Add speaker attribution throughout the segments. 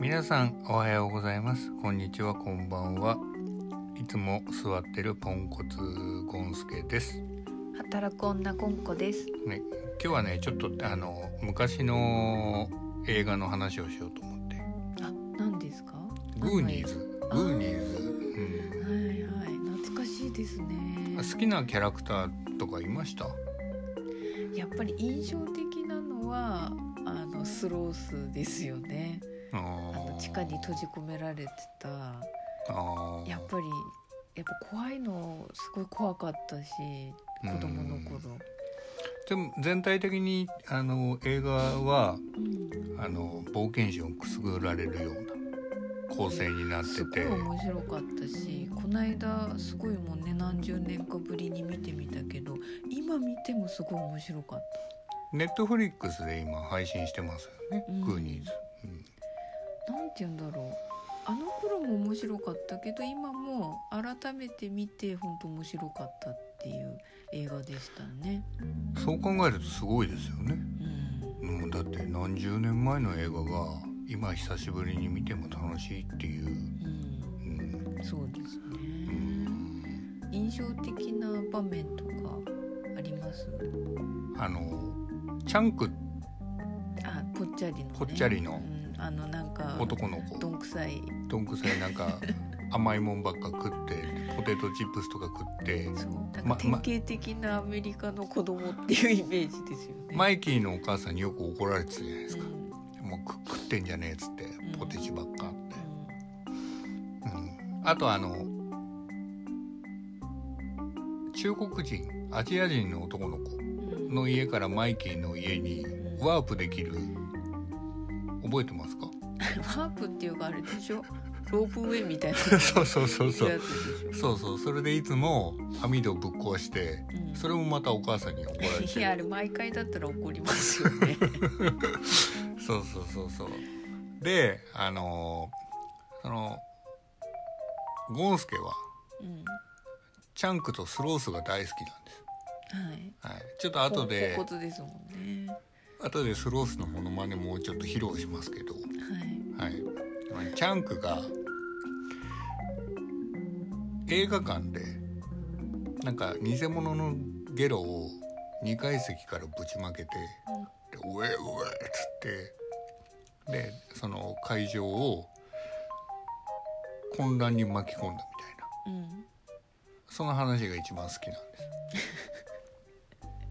Speaker 1: 皆さんおはようございますこんにちはこんばんはいつも座ってるポンコツゴンスケです
Speaker 2: 働く女コンコです。
Speaker 1: ね今日はねちょっとあの昔の映画の話をしようと思って
Speaker 2: あ、何ですか？
Speaker 1: グーニーズ
Speaker 2: あ
Speaker 1: グ
Speaker 2: ー
Speaker 1: ーニーズ、
Speaker 2: 名前。はいはい、懐かしいですね。
Speaker 1: うん、好きなキャラクターとかいました
Speaker 2: やっぱり印象的なのはあのスロースですよね。
Speaker 1: あ
Speaker 2: あ
Speaker 1: の
Speaker 2: の地下に閉じ込められてた。
Speaker 1: あー
Speaker 2: やっぱりやっぱ怖いのすごい怖かったし、子供の頃。
Speaker 1: でも全体的にあの映画は
Speaker 2: うん。
Speaker 1: あの冒険心をくすぐられるような構成になっ
Speaker 2: す
Speaker 1: て
Speaker 2: ごい
Speaker 1: て
Speaker 2: 面白かったしこの間すごいもうね何十年かぶりに見てみたけど今見てもすごい面白かった。
Speaker 1: ネットフリックスで今配信してますよね、
Speaker 2: うん
Speaker 1: グーニーズ、うん
Speaker 2: なんて言うんだろうあの頃も面白かったけど今も改めて見て本当面白かったっていう映画でしたね。
Speaker 1: そう考えるとすごいですよね
Speaker 2: うん、
Speaker 1: もうだって何十年前の映画が今久しぶりに見ても楽しいっていう、
Speaker 2: うん、
Speaker 1: うん
Speaker 2: そうです
Speaker 1: う
Speaker 2: ね。
Speaker 1: ん
Speaker 2: 印象的な場面とかあります？
Speaker 1: あのチャンク
Speaker 2: あ、ぽっちゃりの、ね。
Speaker 1: ぽっちゃりの
Speaker 2: うん、あのなんか
Speaker 1: 男の子
Speaker 2: どんくさい。
Speaker 1: どんくさいなん か甘いもんばっか食ってポテトチップスとか食って
Speaker 2: そう、なん
Speaker 1: ま
Speaker 2: か典型的なアメリカの子供っていうイメージですよね。
Speaker 1: マイキーのお母さんによく怒られてたじゃないです
Speaker 2: う
Speaker 1: か「
Speaker 2: ん、
Speaker 1: もうく食ってんじゃねえ」っつってポテチばっかって。う
Speaker 2: う
Speaker 1: んあとあの中国人アジア人の男の子
Speaker 2: ん、
Speaker 1: の家からマイキーの家にワープできる覚えてますか
Speaker 2: ハープっていうかあれでしょロープウェイみたいな
Speaker 1: そうそうそうそ
Speaker 2: や
Speaker 1: う
Speaker 2: つでしょ
Speaker 1: そうそうそれでいつも網戸ぶっ壊して
Speaker 2: うん
Speaker 1: それもまたお母さんに怒られ
Speaker 2: いやあ
Speaker 1: て
Speaker 2: れ毎回だったら怒りますよね
Speaker 1: そうそうそうそうであのーそのゴンスケは
Speaker 2: うん
Speaker 1: チャンクとスロースが大好きなんです、
Speaker 2: はい
Speaker 1: はい、ちょっと後で
Speaker 2: ポンコツですもんね
Speaker 1: 後でスロースのモノマネもちょっと披露しますけど、
Speaker 2: はい
Speaker 1: はい、チャンクが映画館でなんか偽物のゲロを2階席からぶちまけて「でウェウェ」っつってでその会場を混乱に巻き込んだみたいな
Speaker 2: うん、
Speaker 1: その話が一番好きなんです。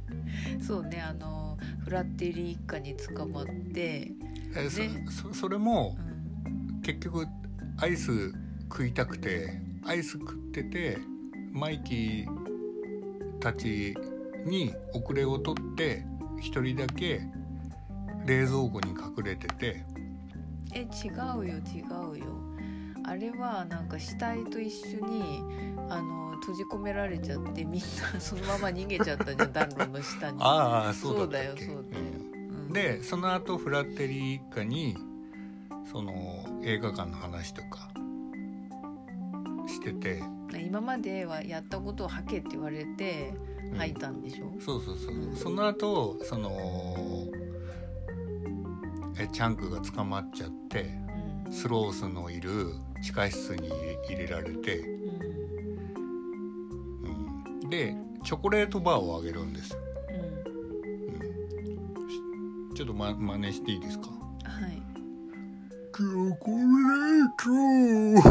Speaker 2: うんそうねあのフラッテリー一家に捕まって、
Speaker 1: えそ
Speaker 2: ね
Speaker 1: そそれも
Speaker 2: うん、
Speaker 1: 結局アイス食いたくてアイス食っててマイキーたちに遅れを取って一人だけ冷蔵庫に隠れてて
Speaker 2: え違うよ違うよあれはなんか死体と一緒にあの閉じ込められちゃってみんなそのまま逃げちゃったじゃん暖炉の下に、
Speaker 1: ああそうだったっけ
Speaker 2: そうだよそうだようん
Speaker 1: んでその後フラッテリー一家にその映画館の話とかしてて、
Speaker 2: 今まではやったことを吐けって言われて
Speaker 1: うん
Speaker 2: 吐いたんでしょ、
Speaker 1: そうそうそう、
Speaker 2: うん
Speaker 1: その後そのえチャンクが捕まっちゃって
Speaker 2: うん
Speaker 1: スロースのいる地下室に入れられて、
Speaker 2: うん
Speaker 1: うん、でチョコレートバーをあげるんですよ、
Speaker 2: う
Speaker 1: うん、しちょっと、ま、真似していいですか
Speaker 2: ん、はい
Speaker 1: チョコ レート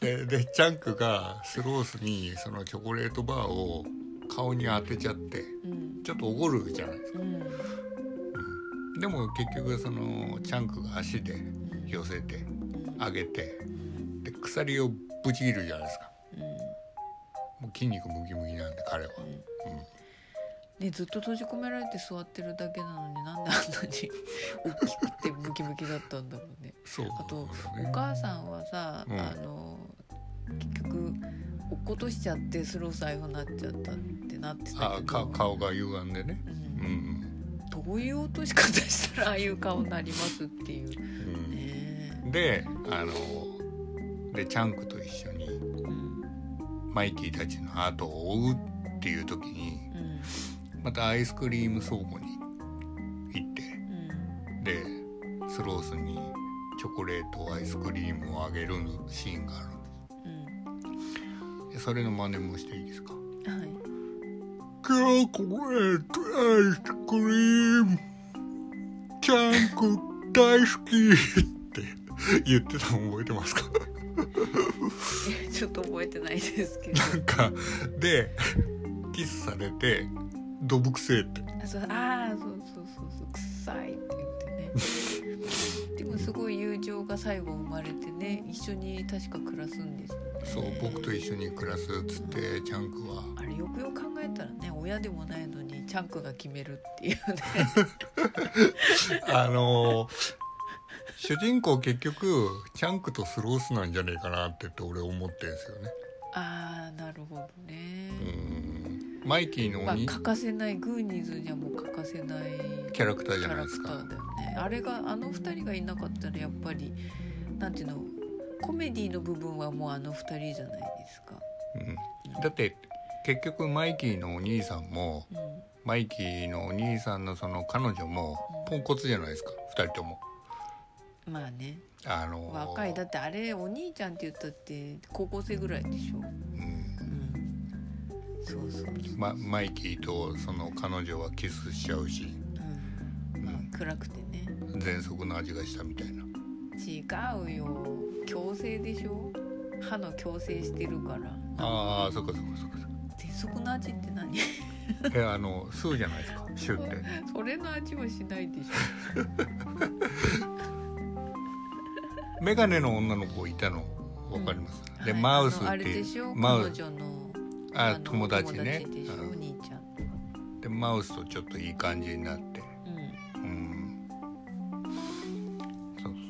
Speaker 1: うんででチャンクがスロースにそのチョコレートバーを顔に当てちゃって
Speaker 2: うん
Speaker 1: ちょっと怒るじゃないですか、
Speaker 2: うん
Speaker 1: うん、でも結局そのチャンクが足で
Speaker 2: うん
Speaker 1: 寄せて
Speaker 2: うん
Speaker 1: 上げて
Speaker 2: うん
Speaker 1: で鎖をぶち切るじゃないですか
Speaker 2: うん
Speaker 1: もう筋肉ムキムキなんで彼は、
Speaker 2: うん
Speaker 1: うん
Speaker 2: ね、ずっと閉じ込められて座ってるだけなのにな んであんなに大きくてムキムキだったんだろうね
Speaker 1: そう
Speaker 2: あと
Speaker 1: そうだね
Speaker 2: お母さんはさ、
Speaker 1: うん
Speaker 2: あの結局落っことしちゃってスロー財布になっちゃったってなって
Speaker 1: あ
Speaker 2: たけど
Speaker 1: か顔が歪んでね
Speaker 2: う
Speaker 1: うんん
Speaker 2: どういう落とし方したらああいう顔になりますっていう
Speaker 1: う
Speaker 2: ね
Speaker 1: ん、
Speaker 2: え
Speaker 1: うん、であのでチャンクと一緒に
Speaker 2: うん
Speaker 1: マイキーたちの後を追うっていう時に
Speaker 2: うん
Speaker 1: またアイスクリーム倉庫に行って
Speaker 2: うん
Speaker 1: でスロースにチョコレートアイスクリームをあげるシーンがあるんですそれの真似もしていいですか
Speaker 2: うんはい
Speaker 1: チョコレートアイスクリームちゃんこ大好きって言ってたの覚えてますか
Speaker 2: いやちょっと覚えてないですけど
Speaker 1: なんかでキスされてどぶくせえって
Speaker 2: あそうあーそうそうそうそう臭いって言ってねでもすごい友情が最後生まれてね一緒に確か暮らすんですよね
Speaker 1: そう僕と一緒に暮らすっつってチャンクは
Speaker 2: あれよくよく考えたらね親でもないのにチャンクが決めるっていうね
Speaker 1: あのー主人公結局チャンクとスロースなんじゃねえかなってって俺思ってるんですよね
Speaker 2: あーなるほどね、
Speaker 1: うんマイキーの
Speaker 2: まあ
Speaker 1: 鬼
Speaker 2: 欠かせないグーニーズにはもう欠かせない
Speaker 1: キャラクター
Speaker 2: キ
Speaker 1: じゃ
Speaker 2: ャ
Speaker 1: ない
Speaker 2: ラ
Speaker 1: です
Speaker 2: クタ
Speaker 1: か
Speaker 2: ーだよねあれがあの2人がいなかったらやっぱりなんていうのコメディの部分はもうあの2人じゃないですか。
Speaker 1: うんだって結局マイキーのお兄さんも
Speaker 2: うん
Speaker 1: マイキーのお兄さんのその彼女もポンコツじゃないですか2人とも。
Speaker 2: まあね
Speaker 1: あのー
Speaker 2: 若いだってあれお兄ちゃんって言ったって高校生ぐらいでしょ、
Speaker 1: うん
Speaker 2: うん、そうそうそう、
Speaker 1: ま、マイキーとその彼女はキスしちゃうし、
Speaker 2: う、
Speaker 1: うん
Speaker 2: ま
Speaker 1: ん、
Speaker 2: あ暗くてね
Speaker 1: 喘息の味がしたみたいな
Speaker 2: 違うよ矯正でしょ歯の矯正してるから
Speaker 1: あーそっかそっかそっかそっか
Speaker 2: 鉄則の味って何
Speaker 1: えあの吸うじゃないですかシュって
Speaker 2: それの味はしないでしょ
Speaker 1: メガネの女の子いたのわかります、で、
Speaker 2: はい
Speaker 1: マウス
Speaker 2: あのあ
Speaker 1: っ
Speaker 2: れ
Speaker 1: て
Speaker 2: でしょ
Speaker 1: マウ
Speaker 2: 彼女の
Speaker 1: あ
Speaker 2: の
Speaker 1: 友達ね
Speaker 2: 友達でしょ
Speaker 1: うん
Speaker 2: お兄ちゃん
Speaker 1: でマウスとちょっといい感じになって
Speaker 2: う
Speaker 1: う
Speaker 2: ん
Speaker 1: んそうそうそ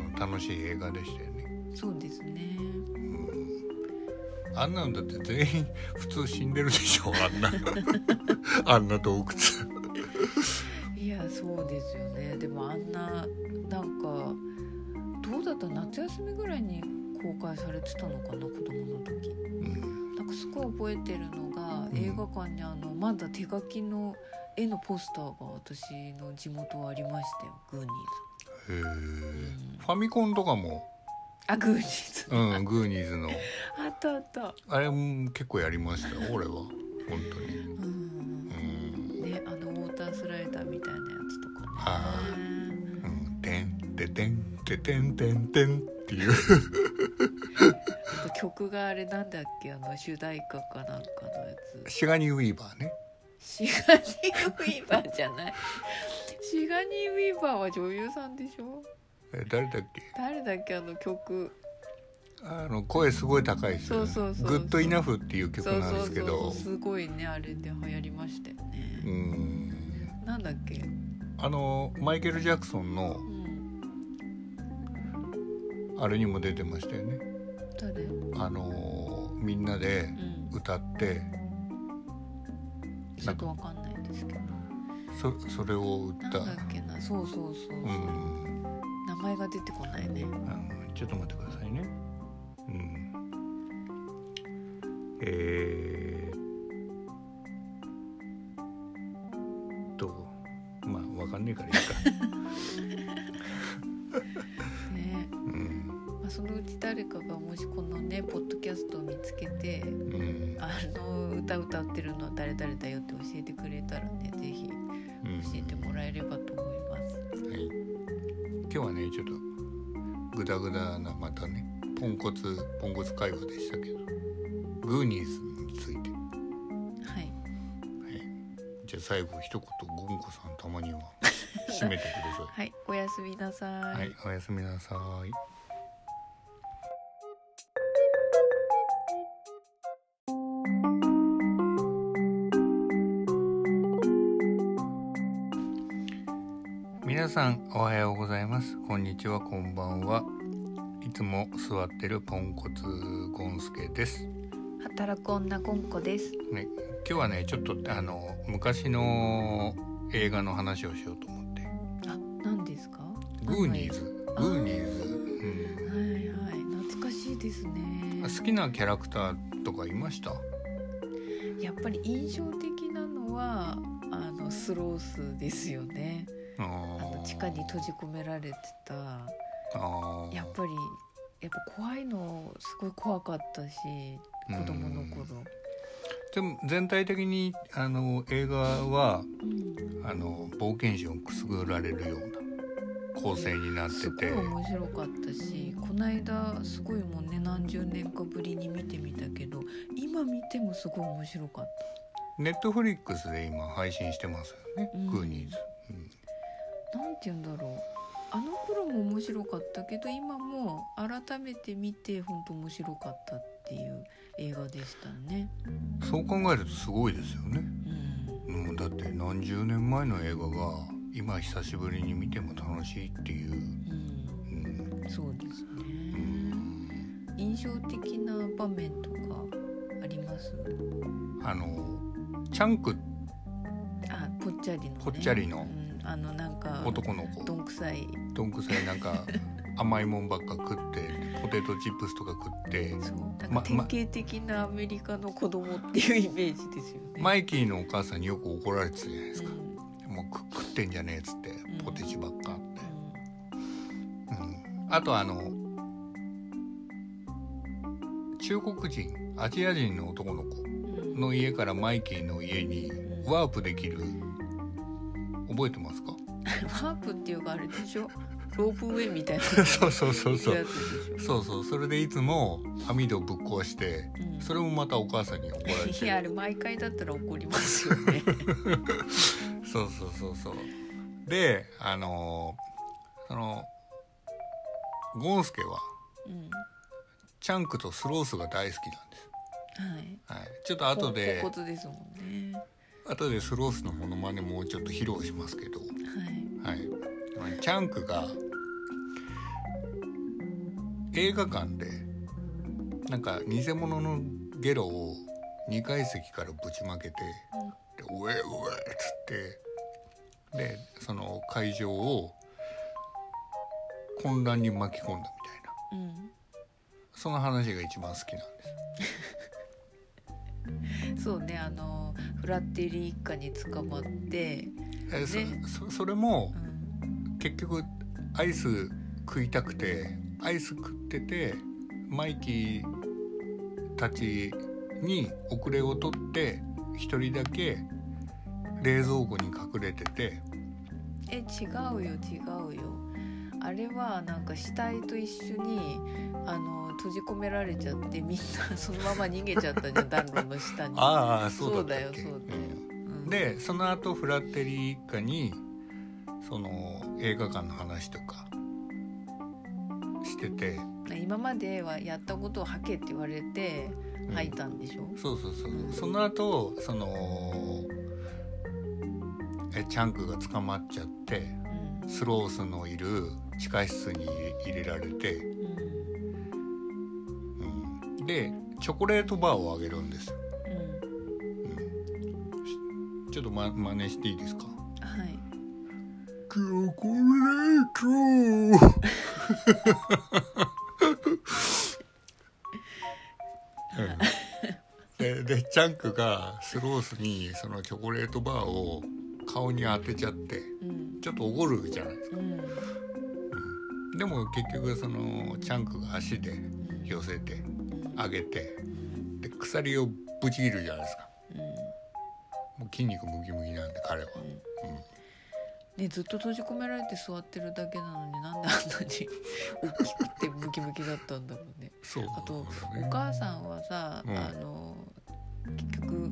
Speaker 1: ううん楽しい映画でしたよね、
Speaker 2: そうですね
Speaker 1: うん、あんなのだって全員普通死んでるでしょあん なあんな洞窟
Speaker 2: いやそうですよねでもあんななんかどうだった夏休みぐらいに公開されてたのかな子供の時
Speaker 1: うん
Speaker 2: なんかすごい覚えてるのが、
Speaker 1: うん
Speaker 2: 映画館にあのまだ手書きの絵のポスターが私の地元はありましたよグーニー
Speaker 1: へえ
Speaker 2: ん
Speaker 1: ファミコンとかも、
Speaker 2: ズあグーニーズ
Speaker 1: うん、グーニーズの
Speaker 2: あったあった
Speaker 1: あれも結構やりましたよ俺は本当に
Speaker 2: うん
Speaker 1: うん
Speaker 2: ねあのウォータースライダーみたいなやつとかね
Speaker 1: ああうん、てんててんててんてんてんっていう
Speaker 2: あと曲があれなんだっけあの主題歌かなんかのやつ
Speaker 1: シガニー・ウィーバーね
Speaker 2: シガニー・ウィーバーじゃない シガニー・ウィーバーは女優さんでしょ
Speaker 1: え誰だっけ
Speaker 2: 誰だっけあの曲
Speaker 1: あの声すごい高い人、ね
Speaker 2: そうそうそう
Speaker 1: グッドイナフっていう曲
Speaker 2: そう
Speaker 1: なん
Speaker 2: そ
Speaker 1: です
Speaker 2: うそう
Speaker 1: け
Speaker 2: そ
Speaker 1: ど
Speaker 2: うすごいねあれで流行りましたよ
Speaker 1: う
Speaker 2: ね、
Speaker 1: ん
Speaker 2: なんだっけ、
Speaker 1: あのマイケル・ジャクソンの
Speaker 2: うん、
Speaker 1: あれにも出てましたよね
Speaker 2: 誰、うん、
Speaker 1: あのみんなで歌って
Speaker 2: ちょっとわかんないですけど
Speaker 1: そそれを
Speaker 2: な
Speaker 1: 歌
Speaker 2: んだっけなそうそうそうそう、
Speaker 1: うん
Speaker 2: 名前が出てこないね
Speaker 1: あのちょっと待ってくださいねうんえー、っとまあわかんねえからいいか、
Speaker 2: ね、
Speaker 1: うん
Speaker 2: まあ、そのうち誰かがもしこのねポッドキャストを見つけて
Speaker 1: うん
Speaker 2: あの歌歌ってるのは誰々だよって教えてくれたらねぜひ
Speaker 1: うん、
Speaker 2: 教えてもらえればと思います。
Speaker 1: はい、今日はねちょっとグダグダなまたねポンコツポンコツ会話でしたけどグーニーズについて、は
Speaker 2: はい。
Speaker 1: い、じゃあ最後一言ゴンコさんたまには締めてくだ
Speaker 2: はい、おやすみなさ
Speaker 1: さい。はい、おやすみなさい。皆さんおはようございますこんにちはこんばんはいつも座ってるポンコツゴンスケです、
Speaker 2: 働く女コンコです。
Speaker 1: ね、今日はねちょっとあの昔の映画の話をしようと思って
Speaker 2: あ、何ですか？
Speaker 1: グーニーズグ
Speaker 2: あー
Speaker 1: ーニーズ、
Speaker 2: はいはい、懐かしいですね。
Speaker 1: うん、好きなキャラクターとかいました
Speaker 2: やっぱり印象的なのはあのスロースですよねあ
Speaker 1: あ
Speaker 2: の地下に閉じ込められてた
Speaker 1: あー
Speaker 2: やっぱりやっぱ怖いのすごい怖かったし子供の頃、
Speaker 1: でも全体的にあの映画は
Speaker 2: うん、
Speaker 1: あの冒険心をくすぐられるような構成になっ
Speaker 2: す
Speaker 1: て
Speaker 2: ごい
Speaker 1: て
Speaker 2: 面白かったしこの間すごいもうね何十年かぶりに見てみたけど今見てもすごい面白かっ
Speaker 1: ネットフリックスで今配信してますよね
Speaker 2: うん
Speaker 1: 「グーニーズ」うん
Speaker 2: たなんて言うんだろうあの頃も面白かったけど今も改めて見て本当面白かったっていう映画でしたね。
Speaker 1: そう考えるとすごいですよね
Speaker 2: うん
Speaker 1: もうだって何十年前の映画が今久しぶりに見ても楽しいっていう、
Speaker 2: うん
Speaker 1: うん
Speaker 2: そうです
Speaker 1: う
Speaker 2: ね。
Speaker 1: ん
Speaker 2: 印象的な場面とかあります？
Speaker 1: あのチャンク
Speaker 2: あ、ぽっちゃりの、ね。
Speaker 1: ぽっちゃりの
Speaker 2: うん、あのなんか
Speaker 1: 男の子
Speaker 2: どんくさい。
Speaker 1: どんくさいなん か甘いもんばっか食ってポテトチップスとか食って
Speaker 2: そう、なん
Speaker 1: ま
Speaker 2: か典型的なアメリカの子供っていうイメージですよね。
Speaker 1: マイキーのお母さんによく怒られてたじゃないで
Speaker 2: です
Speaker 1: か「もうく食ってんじゃねえ」っつって
Speaker 2: ん
Speaker 1: ポテチばっかって、うん、あとあの中国人アジア人の男の子の家からマイキーの家にワープできる覚えてますか
Speaker 2: ワープっていうかあれでしょ。ロープウェイみたいな
Speaker 1: そうそうそうそ
Speaker 2: や
Speaker 1: う
Speaker 2: つでしょ。
Speaker 1: そうそうそれでいつも網戸ぶっ壊して
Speaker 2: うん
Speaker 1: それもまたお母さんに怒られ
Speaker 2: いやあ
Speaker 1: て
Speaker 2: れ毎回だったら怒ります よね。
Speaker 1: そうそうそうそうであのーそのゴンスケは
Speaker 2: うん、
Speaker 1: チャンクとスロースが大好きなんです、
Speaker 2: はい。
Speaker 1: はい、ちょっと後で
Speaker 2: ポンコツですもんね。
Speaker 1: 後でスロースのモノマネもちょっと披露しますけど
Speaker 2: はい。
Speaker 1: はい、チャンクが映画館でなんか偽物のゲロを2階席からぶちまけて「でウェイウェイ」っつってでその会場を混乱に巻き込んだみたいな
Speaker 2: うん。
Speaker 1: その話が一番好きなんです。
Speaker 2: そうねあのフラッテリ一家に捕まって、
Speaker 1: えそ
Speaker 2: ね
Speaker 1: そそれも
Speaker 2: うん、
Speaker 1: 結局アイス食いたくてアイス食っててマイキーたちに遅れを取って一人だけ冷蔵庫に隠れてて
Speaker 2: え違うよ違うよあれはなんか死体と一緒にあの閉じ込められちゃってみんな そのまま逃げちゃったじゃん暖炉の下に。
Speaker 1: ああ
Speaker 2: そうだよそうだよ。うん、
Speaker 1: でその後フラッテリー一家にその映画館の話とかしてて、
Speaker 2: 今まではやったことを吐けって言われて
Speaker 1: うん
Speaker 2: 吐いたんでしょ、
Speaker 1: そうそうそうその後そのえチャンクが捕まっちゃって
Speaker 2: うん
Speaker 1: スロースのいる地下室に入れられて、
Speaker 2: うん
Speaker 1: うん、でチョコレートバーをあげるんです、
Speaker 2: う
Speaker 1: うん、ちょっと、ま、真似していいですか
Speaker 2: ん、はい
Speaker 1: チョコレー トうんででチャンクがスロースにそのチョコレートバーを顔に当てちゃって
Speaker 2: うん
Speaker 1: ちょっと怒るじゃないですか、
Speaker 2: うん
Speaker 1: うん、でも結局そのチャンクが足で
Speaker 2: うん
Speaker 1: 寄せて
Speaker 2: うん
Speaker 1: 上げてで鎖をぶち切るじゃないですか
Speaker 2: うん
Speaker 1: もう筋肉ムキムキなんで彼は、
Speaker 2: ね、ずっと閉じ込められて座ってるだけなのになんであんなに大きくてムキムキだったんだろうね。
Speaker 1: そう
Speaker 2: あと
Speaker 1: そうだね
Speaker 2: お母さんはさ、
Speaker 1: うん
Speaker 2: あの結局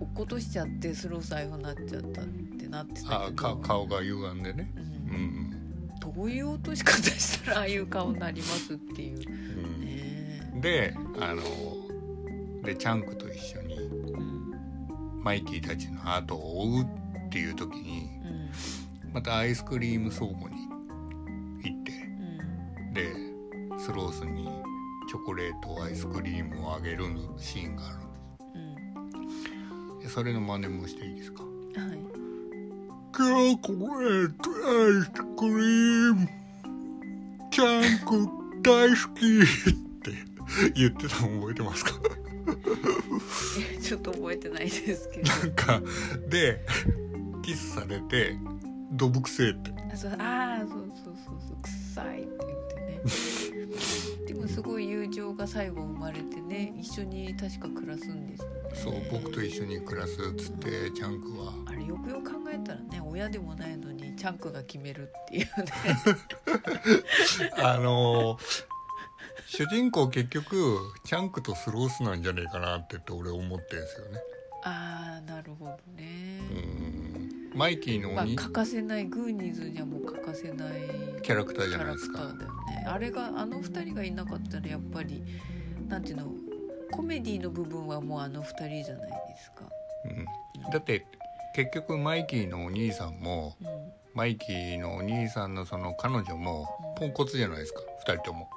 Speaker 2: 落っことしちゃってスロー財布になっちゃったってなってた
Speaker 1: あ
Speaker 2: けど
Speaker 1: か顔が歪んでね
Speaker 2: う
Speaker 1: うん
Speaker 2: ん、
Speaker 1: うん
Speaker 2: どういう落とし方したらああいう顔になりますっていうね
Speaker 1: うん、
Speaker 2: え、
Speaker 1: であのでチャンクと一緒に
Speaker 2: うん
Speaker 1: マイキーたちの後を追うっていう時に
Speaker 2: うん
Speaker 1: またアイスクリーム倉庫に行って
Speaker 2: うん
Speaker 1: でスロースにチョコレートアイスクリームをあげるシーンがあるんですでそれの真似もしていいですか
Speaker 2: うんはい
Speaker 1: チョコレートアイスクリームちゃんこ大好きって言ってたの覚えてますか
Speaker 2: いやちょっと覚えてないです けど
Speaker 1: なんかでキスされて「どぶくせえ」って
Speaker 2: あそうあーそうそうそうそう臭いって 言ってねでもすごい友情が最後生まれてね一緒に確か暮らすんですよね
Speaker 1: そう僕と一緒に暮らすっつってチャンクは
Speaker 2: あれよくよく考えたらね親でもないのにチャンクが決めるっていうね
Speaker 1: あのー主人公結局チャンクとスロースなんじゃねえかなってって俺思ってるんですよね。
Speaker 2: あーなるほどね、
Speaker 1: うんマイキーの
Speaker 2: まあ
Speaker 1: 鬼
Speaker 2: 欠かせないグーニーズにはもう欠かせない
Speaker 1: キャラクター
Speaker 2: キ
Speaker 1: じゃ
Speaker 2: ャ
Speaker 1: ない
Speaker 2: ラ
Speaker 1: です
Speaker 2: クタ
Speaker 1: か。
Speaker 2: ーだよねあれがあの2人がいなかったらやっぱりなんていうのコメディの部分はもうあの2人じゃないですか、
Speaker 1: うん、だって結局マイキーのお兄さんも
Speaker 2: うん、
Speaker 1: マイキーのお兄さんのその彼女もポンコツじゃないですか2人とも。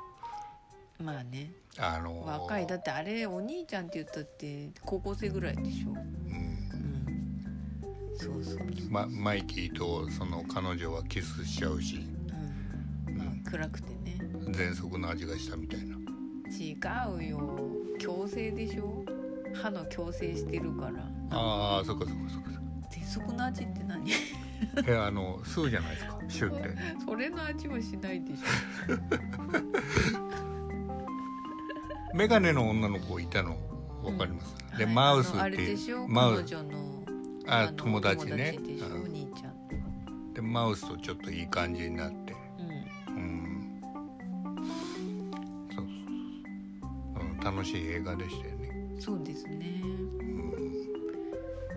Speaker 2: まあね
Speaker 1: あのー
Speaker 2: 若いだってあれお兄ちゃんって言ったって高校生ぐらいでしょ、
Speaker 1: うん
Speaker 2: うん、そうそうそう、
Speaker 1: ま、マイキーとその彼女はキスしちゃうし、
Speaker 2: うんまあ、暗くてね
Speaker 1: 喘息の味がしたみたいな
Speaker 2: 違うよ矯正でしょ歯の矯正してるから
Speaker 1: ああそっかそっかそっか
Speaker 2: 喘息の味って何
Speaker 1: そっかえあの吸うじゃないですかシュって
Speaker 2: それの味はしないでしょ
Speaker 1: メガネの女の子いたのわかります、 で
Speaker 2: はい
Speaker 1: マウス
Speaker 2: あのあ
Speaker 1: っ
Speaker 2: れ
Speaker 1: て
Speaker 2: でしょ
Speaker 1: マウ
Speaker 2: 彼女の
Speaker 1: あ
Speaker 2: あの
Speaker 1: 友達ね
Speaker 2: 友達でしょ、
Speaker 1: うん
Speaker 2: お兄ちゃんとか
Speaker 1: でマウスとちょっといい感じになって
Speaker 2: うん
Speaker 1: うんそうそうそううん楽しい映画でしたよね、
Speaker 2: そうですね
Speaker 1: うん、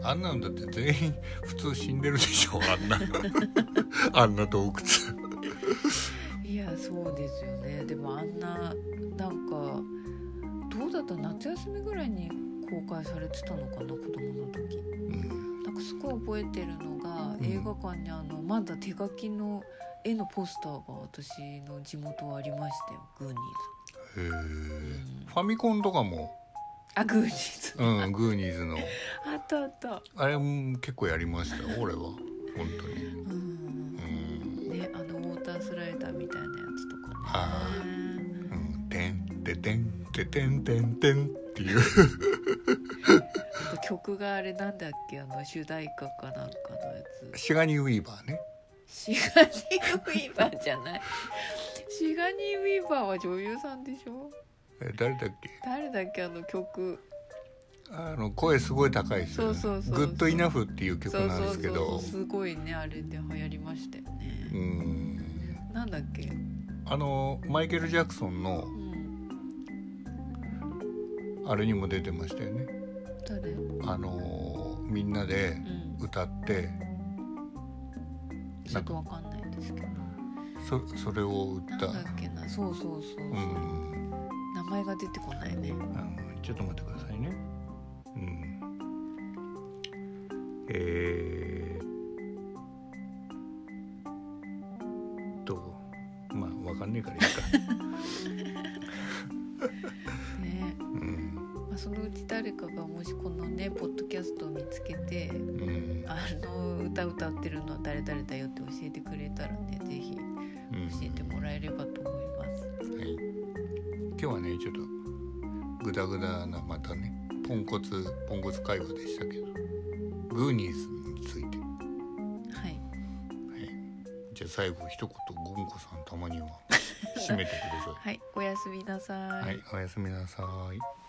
Speaker 1: あんなのだって全員普通死んでるでしょあん なあんな洞窟
Speaker 2: いやそうですよねでもあんななんかどうだった夏休みぐらいに公開されてたのかな子供の時
Speaker 1: うん
Speaker 2: なんかすごい覚えてる
Speaker 1: う
Speaker 2: のが、
Speaker 1: ん
Speaker 2: 映画館にあのまだ手書きの絵のポスターが私の地元はありましたよグーニー
Speaker 1: へえ
Speaker 2: ん
Speaker 1: ファミコンとかも、
Speaker 2: ズあグーニーズ
Speaker 1: うん、グーニーズの
Speaker 2: あったあった
Speaker 1: あれも結構やりましたよ俺は本当に
Speaker 2: うん
Speaker 1: うん
Speaker 2: ねあのウォータースライダーみたいなやつとかね
Speaker 1: あうん「てんててんててんてんてん」っていう
Speaker 2: あと曲があれなんだっけあの主題歌かなんかのやつ
Speaker 1: シガニー・ウィーバーね
Speaker 2: シガニー・ウィーバーじゃない シガニー・ウィーバーは女優さんでしょ
Speaker 1: え誰だっけ
Speaker 2: 誰だっけあの曲
Speaker 1: あの声すごい高い人、ね
Speaker 2: そうそうそう
Speaker 1: グッドイナフっていう曲
Speaker 2: そう
Speaker 1: なん
Speaker 2: そ
Speaker 1: で
Speaker 2: う
Speaker 1: すけ
Speaker 2: そう
Speaker 1: ど
Speaker 2: すごいねあれで流行りましたよね、
Speaker 1: うん
Speaker 2: なんだっけ、
Speaker 1: あのマイケル・ジャクソンの
Speaker 2: うん、
Speaker 1: あれにも出てましたよね
Speaker 2: 誰、うん、
Speaker 1: あのみんなで歌って
Speaker 2: ちょっとわかんないですけど
Speaker 1: そそれを
Speaker 2: なん
Speaker 1: 歌
Speaker 2: だっけなそうそうそうそう、
Speaker 1: うん、
Speaker 2: 名前が出てこないね
Speaker 1: あのちょっと待ってくださいねうんえーっとまあわかんねえからいいか、
Speaker 2: ね、
Speaker 1: うん
Speaker 2: まあ、そのうち誰かがもしこのねポッドキャストを見つけて
Speaker 1: うん
Speaker 2: あの歌歌ってるのは誰々だよって教えてくれたらねぜひ
Speaker 1: うん、
Speaker 2: 教えてもらえればと思います。
Speaker 1: はい、今日はねちょっとグダグダなまたねポンコツポンコツ会話でしたけどグーニーズについて、は
Speaker 2: はい、
Speaker 1: い、じゃあ最後一言ゴンコさんたまには締めてくださ
Speaker 2: はい、おやすみなさ
Speaker 1: い。はい、おやすみなさい。